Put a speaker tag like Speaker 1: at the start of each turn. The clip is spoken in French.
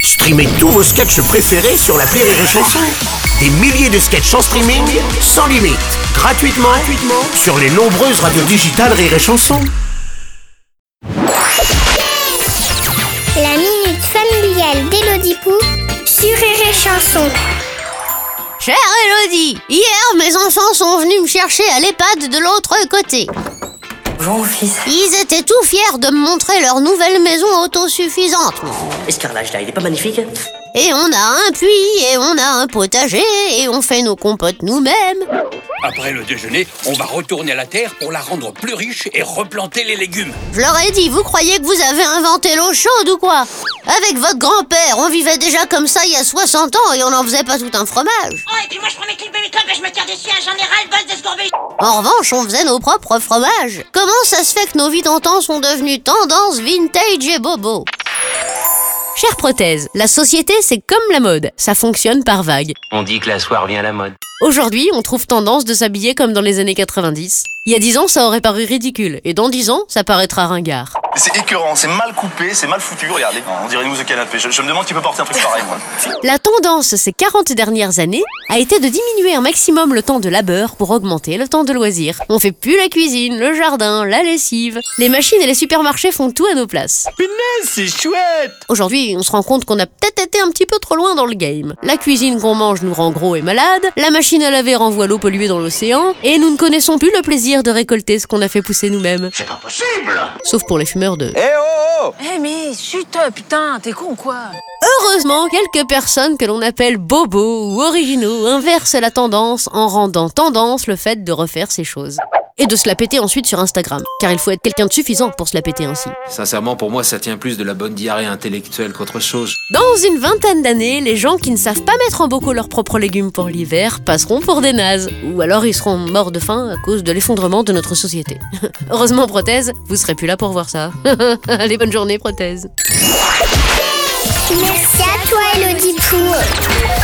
Speaker 1: Streamez tous vos sketchs préférés sur la Rire et Chanson. Des milliers de sketchs en streaming, sans limite, gratuitement, gratuitement sur les nombreuses radios digitales Rire et Chanson.
Speaker 2: La minute familiale d'Élodie Pou sur Rire et Chanson.
Speaker 3: Chère Elodie, hier
Speaker 4: Ah,
Speaker 3: mes enfants sont venus me chercher à l'EHPAD de l'autre côté.
Speaker 5: Bonjour mon fils.
Speaker 3: Ils étaient tout fiers de me montrer leur nouvelle maison autosuffisante.
Speaker 5: Et ce carrelage là, il est pas magnifique hein
Speaker 3: Et on a un puits, et on a un potager, et on fait nos compotes nous-mêmes.
Speaker 6: Après le déjeuner, on va retourner à la terre pour la rendre plus riche et replanter les légumes.
Speaker 3: Je leur ai dit, vous croyez que vous avez inventé l'eau chaude ou quoi Avec votre grand-père, on vivait déjà comme ça il y a 60 ans et on n'en faisait pas tout un fromage.
Speaker 7: Oh, et puis moi je prends mes clips baby top et je me tire dessus à j'en ai ras le bol de ce gros bélier.
Speaker 3: En revanche, on faisait nos propres fromages. Comment ça se fait que nos vies d'antan sont devenues tendance, vintage et bobo
Speaker 4: Chère prothèse, la société c'est comme la mode, ça fonctionne par vagues.
Speaker 8: On dit que la soirée revient à la mode.
Speaker 4: Aujourd'hui, on trouve tendance de s'habiller comme dans les années 90. Il y a 10 ans, ça aurait paru ridicule, et dans 10 ans, ça paraîtra ringard.
Speaker 9: C'est écœurant, c'est mal coupé, c'est mal foutu, regardez. On dirait une mousse de canapé. Je, je me demande qui peut porter un truc pareil, moi.
Speaker 4: La tendance ces 40 dernières années a été de diminuer un maximum le temps de labeur pour augmenter le temps de loisir. On fait plus la cuisine, le jardin, la lessive. Les machines et les supermarchés font tout à nos places.
Speaker 10: C'est chouette
Speaker 4: Aujourd'hui, on se rend compte qu'on a peut-être été un petit peu trop loin dans le game. La cuisine qu'on mange nous rend gros et malade, la machine à laver renvoie l'eau polluée dans l'océan, et nous ne connaissons plus le plaisir de récolter ce qu'on a fait pousser nous-mêmes.
Speaker 9: C'est pas possible
Speaker 4: Sauf pour les fumeurs de...
Speaker 11: Eh mais chut, putain, t'es con quoi
Speaker 4: Heureusement, quelques personnes que l'on appelle bobos ou originaux inversent la tendance en rendant tendance le fait de refaire ces choses. Et de se la péter ensuite sur Instagram, car il faut être quelqu'un de suffisant pour se la péter ainsi.
Speaker 12: Sincèrement, pour moi, ça tient plus de la bonne diarrhée intellectuelle qu'autre chose.
Speaker 4: Dans une vingtaine d'années, les gens qui ne savent pas mettre en bocaux leurs propres légumes pour l'hiver passeront pour des nazes, ou alors ils seront morts de faim à cause de l'effondrement de notre société. Heureusement, prothèse, vous serez plus là pour voir ça. Allez, bonne journée, prothèse.
Speaker 2: Merci à toi, Élodie Pou.